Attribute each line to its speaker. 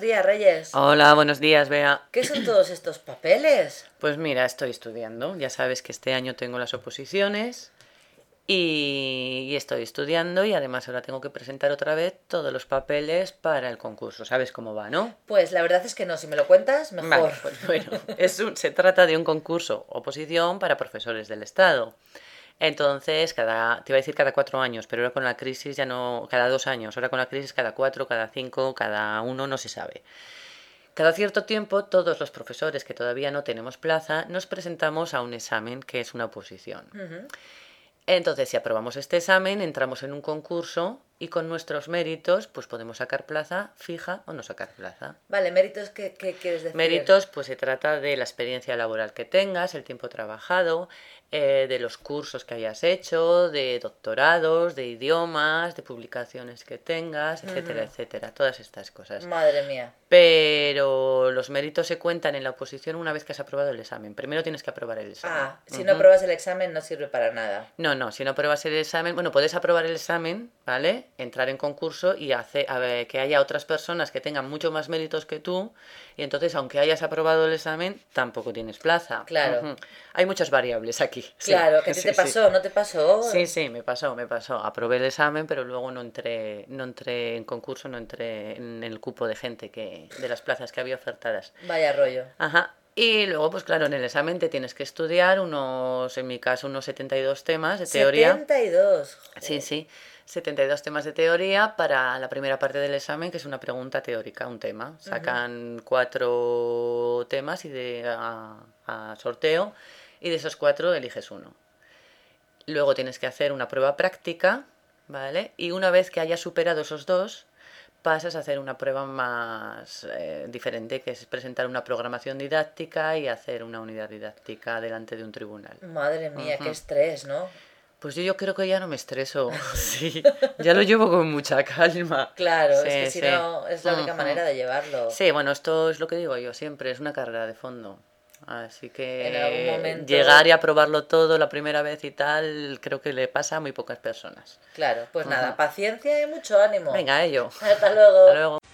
Speaker 1: días, Reyes.
Speaker 2: Hola, buenos días, Bea.
Speaker 1: ¿Qué son todos estos papeles?
Speaker 2: Pues mira, estoy estudiando. Ya sabes que este año tengo las oposiciones y, y estoy estudiando y además ahora tengo que presentar otra vez todos los papeles para el concurso. ¿Sabes cómo va, no?
Speaker 1: Pues la verdad es que no, si me lo cuentas, mejor.
Speaker 2: Vale, pues bueno, es un- se trata de un concurso oposición para profesores del Estado. Entonces, cada, te iba a decir cada cuatro años, pero ahora con la crisis ya no, cada dos años, ahora con la crisis cada cuatro, cada cinco, cada uno, no se sabe. Cada cierto tiempo, todos los profesores que todavía no tenemos plaza nos presentamos a un examen que es una oposición.
Speaker 1: Ujú.
Speaker 2: Entonces, si aprobamos este examen, entramos en un concurso y con nuestros méritos, pues podemos sacar plaza fija o no sacar plaza.
Speaker 1: Vale, méritos, ¿qué, qué quieres decir?
Speaker 2: Méritos, pues se trata de la experiencia laboral que tengas, el tiempo trabajado, eh, de los cursos que hayas hecho, de doctorados, de idiomas, de publicaciones que tengas, etcétera, etcétera, todas estas cosas.
Speaker 1: Madre mía.
Speaker 2: Pero los méritos se cuentan en la oposición una vez que has aprobado el examen. Primero tienes que aprobar el examen.
Speaker 1: Ah, si no
Speaker 2: Ujú.
Speaker 1: apruebas el examen no sirve para nada.
Speaker 2: No, no, si no apruebas el examen, bueno, puedes aprobar el examen, ¿vale? Entrar en concurso y hace, a ver, que haya otras personas que tengan mucho más méritos que tú, y entonces, aunque hayas aprobado el examen, tampoco tienes plaza.
Speaker 1: Claro.
Speaker 2: Ujú. Hay muchas variables aquí. sí.
Speaker 1: Claro, que a ti
Speaker 2: Sí,
Speaker 1: te
Speaker 2: sí.
Speaker 1: pasó, no te pasó.
Speaker 2: Sí, sí, me pasó, me pasó. Aprobé el examen, pero luego no entré, no entré en concurso, no entré en el cupo de gente que, de las plazas que había ofertadas.
Speaker 1: Vaya rollo.
Speaker 2: Ajá. Y luego, pues claro, en el examen te tienes que estudiar unos, en mi caso, unos 72 temas de teoría.
Speaker 1: 72. joder.
Speaker 2: Sí, sí. 72 temas de teoría para la primera parte del examen, que es una pregunta teórica, un tema. Sacan cuatro temas y de, a, a sorteo y de esos cuatro eliges uno. Luego tienes que hacer una prueba práctica, ¿vale? Y una vez que hayas superado esos dos, pasas a hacer una prueba más eh, diferente, que es presentar una programación didáctica y hacer una unidad didáctica delante de un tribunal.
Speaker 1: Madre mía, qué
Speaker 2: Ujú.
Speaker 1: estrés, ¿no?
Speaker 2: Pues yo, yo creo que ya no me estreso, sí. Ya lo llevo con mucha calma.
Speaker 1: Claro,
Speaker 2: Sí,
Speaker 1: es que si
Speaker 2: sí.
Speaker 1: no es la única
Speaker 2: Ujú.
Speaker 1: manera de llevarlo.
Speaker 2: Sí, bueno, esto es lo que digo yo siempre, es una carrera de fondo. Así que
Speaker 1: En algún momento-
Speaker 2: llegar y aprobarlo todo la primera vez y tal, creo que le pasa a muy pocas personas.
Speaker 1: Claro, pues nada,
Speaker 2: Ujú.
Speaker 1: paciencia y mucho ánimo.
Speaker 2: Venga, a ello.
Speaker 1: Hasta luego.
Speaker 2: Hasta luego.